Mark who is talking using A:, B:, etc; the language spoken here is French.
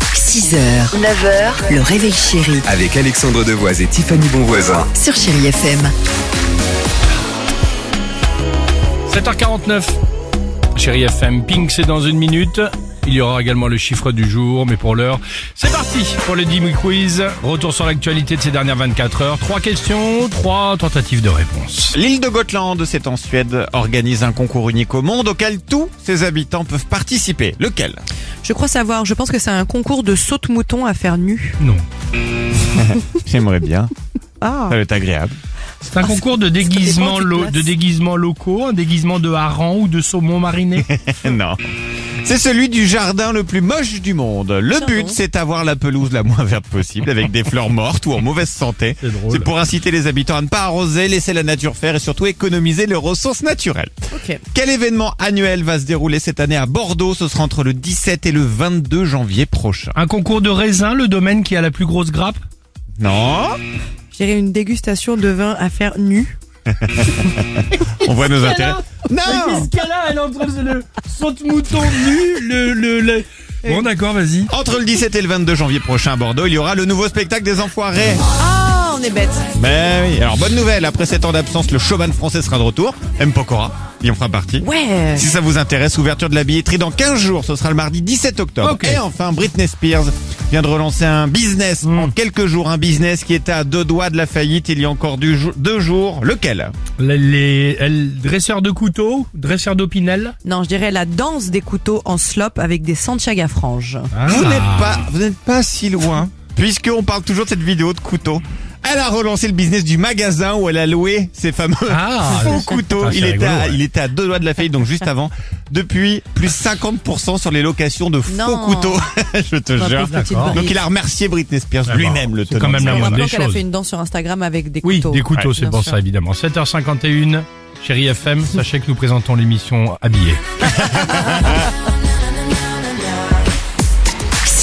A: 6h, 9h, le réveil chéri
B: Avec Alexandre Devoise et Tiffany Bonvoisin.
A: sur Chéri FM.
C: 7h49. Chérie FM Pink, c'est dans une minute. Il y aura également le chiffre du jour, mais pour l'heure, c'est parti pour le Dimi Quiz. Retour sur l'actualité de ces dernières 24 heures. Trois questions, trois tentatives de réponse.
D: L'île de Gotland, c'est en Suède, organise un concours unique au monde auquel tous ses habitants peuvent participer. Lequel
E: Je crois savoir, je pense que c'est un concours de saut de mouton à faire nu.
C: Non.
D: J'aimerais bien.
E: Ah
D: Ça va être agréable.
C: C'est un
E: Ah,
C: concours de
E: dépend
C: déguisements,
E: du
C: lo-
E: place.
C: de déguisements locaux, un déguisement de hareng ou de saumon mariné.
D: non. C'est celui du jardin le plus moche du monde. Le but, c'est d'avoir la pelouse la moins verte possible avec des fleurs mortes ou en mauvaise santé.
C: C'est drôle.
D: C'est pour inciter les habitants à ne pas arroser, laisser la nature faire et surtout économiser les ressources naturelles.
E: ok.
D: Quel événement annuel va se dérouler cette année à Bordeaux Ce sera entre le 17 et le 22 janvier prochain.
C: un concours de raisin, le domaine qui a la plus grosse grappe.
D: Non
E: J'irai une dégustation de vin à faire nu.
D: On voit nos intérêts. Non
C: qu'elle a Elle est en train de le saute-mouton nu, le, le, le... Bon, d'accord, vas-y.
D: Entre le 17 et le 22 janvier prochain à Bordeaux, il y aura le nouveau spectacle des Enfoirés.
E: Ah, on est bête.
D: Ben oui, alors bonne nouvelle, après 7 ans d'absence, le showman français sera de retour. M. Pokora, il en fera partie.
E: Ouais.
D: Si ça vous intéresse, ouverture de la billetterie dans 15 jours, ce sera le mardi 17 octobre.
C: Ok.
D: Et enfin, Britney Spears vient de relancer un business en quelques jours, un business qui était à deux doigts de la faillite il y a encore du jou- deux jours. Lequel
C: Les, les- elle- dresseur de couteau, dresseur d'opinel.
E: Non, je dirais la danse des couteaux en slope avec des Santiago à franges.
D: Vous
C: Ah.
D: n'êtes pas, vous n'êtes pas si loin, puisqu'on parle toujours de cette vidéo de couteau. Elle a relancé le business du magasin où elle a loué ces fameux
C: Ah,
D: faux
C: c'est-
D: couteaux.
C: ah, c'est
D: il, était
C: rigolo,
D: à,
C: ouais.
D: il était à deux doigts de la faillite, donc juste avant. Depuis, plus 50% sur les locations de faux
E: Non.
D: couteaux. Je te
E: Ma
D: jure.
E: pauvre petite
C: d'accord.
D: Donc
E: Brice.
D: il a remercié Britney Spears
C: Ah bah,
D: lui-même, le
C: c'est
D: tenant.
C: quand même la
E: En
C: moindre
E: rappelant
C: des
E: qu'elle a
C: choses.
E: fait une danse sur Instagram avec des
C: Oui,
E: couteaux.
C: des couteaux,
D: Ouais,
C: c'est
E: bien
C: pour
E: sûr.
C: ça évidemment. 7h51, chérie FM, sachez que nous présentons l'émission habillée.